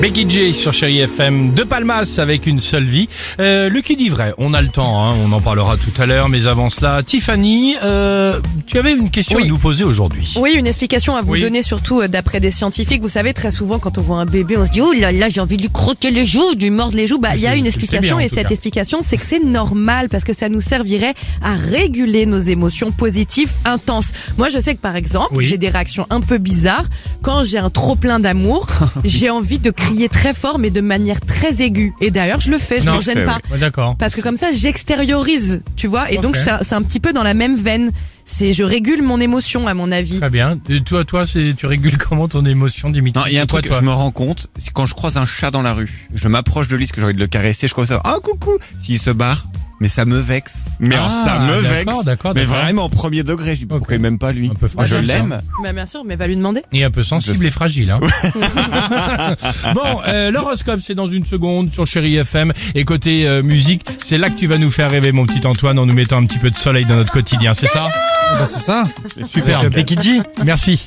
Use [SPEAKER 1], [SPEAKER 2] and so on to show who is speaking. [SPEAKER 1] Becky J sur Chéri FM de Palmas avec une seule vie. Euh, le qui dit vrai, on a le temps, hein, on en parlera tout à l'heure, mais avant cela, Tiffany, euh, tu avais une question à nous poser aujourd'hui.
[SPEAKER 2] Oui, une explication à vous
[SPEAKER 1] Oui.
[SPEAKER 2] donner surtout euh, d'après des scientifiques. Vous savez, très souvent quand on voit un bébé, on se dit oh là là, j'ai envie de lui croquer les joues, de lui mordre les joues. Bah, il y a
[SPEAKER 1] Tu-
[SPEAKER 2] une
[SPEAKER 1] tu le fais
[SPEAKER 2] explication
[SPEAKER 1] bien, en
[SPEAKER 2] et
[SPEAKER 1] tout
[SPEAKER 2] cette
[SPEAKER 1] cas.
[SPEAKER 2] explication, c'est que c'est normal parce que ça nous servirait à réguler nos émotions positives intenses. Moi, je sais que par exemple,
[SPEAKER 1] Oui.
[SPEAKER 2] j'ai des réactions un peu bizarres quand j'ai un trop plein d'amour, j'ai envie de crier très fort mais de manière très aiguë. Et d'ailleurs, je le fais, je
[SPEAKER 1] Non,
[SPEAKER 2] m'en
[SPEAKER 1] je
[SPEAKER 2] gêne pas.
[SPEAKER 1] Ouais, D'accord.
[SPEAKER 2] Parce que comme ça, j'extériorise, tu vois, et donc
[SPEAKER 1] Ok.
[SPEAKER 2] c'est un- c'est un petit peu dans la même veine. C'est je régule mon émotion à mon avis.
[SPEAKER 1] Très bien. Et toi, toi, c'est tu régules comment ton émotion, Dimitri
[SPEAKER 3] Non, il y a un
[SPEAKER 1] C'est quoi,
[SPEAKER 3] truc que
[SPEAKER 1] toi
[SPEAKER 3] je me rends compte, c'est quand je croise un chat dans la rue, je m'approche de lui, parce que j'ai envie de le caresser, je crois ça, ah coucou, s'il se barre, mais ça me vexe. Mais alors,
[SPEAKER 1] Ah,
[SPEAKER 3] ça me
[SPEAKER 1] d'accord,
[SPEAKER 3] vexe.
[SPEAKER 1] d'accord,
[SPEAKER 3] mais
[SPEAKER 1] d'accord.
[SPEAKER 3] vraiment, premier degré, je dis, pourquoi
[SPEAKER 1] Ok.
[SPEAKER 3] il m'aime pas lui
[SPEAKER 1] Un peu
[SPEAKER 3] Ah, Je
[SPEAKER 1] fragile,
[SPEAKER 3] l'aime.
[SPEAKER 2] Bah, bien sûr, mais va lui demander.
[SPEAKER 1] Et un peu sensible
[SPEAKER 3] Je-
[SPEAKER 1] et fragile. Hein. bon, euh, l'horoscope, c'est dans une seconde sur Chéri FM. Et côté euh, musique, c'est là que tu vas nous faire rêver, mon petit Antoine, en nous mettant un petit peu de soleil dans notre quotidien, c'est ça
[SPEAKER 3] Ah bah,
[SPEAKER 1] C'est ça. Super. Becky G. Merci.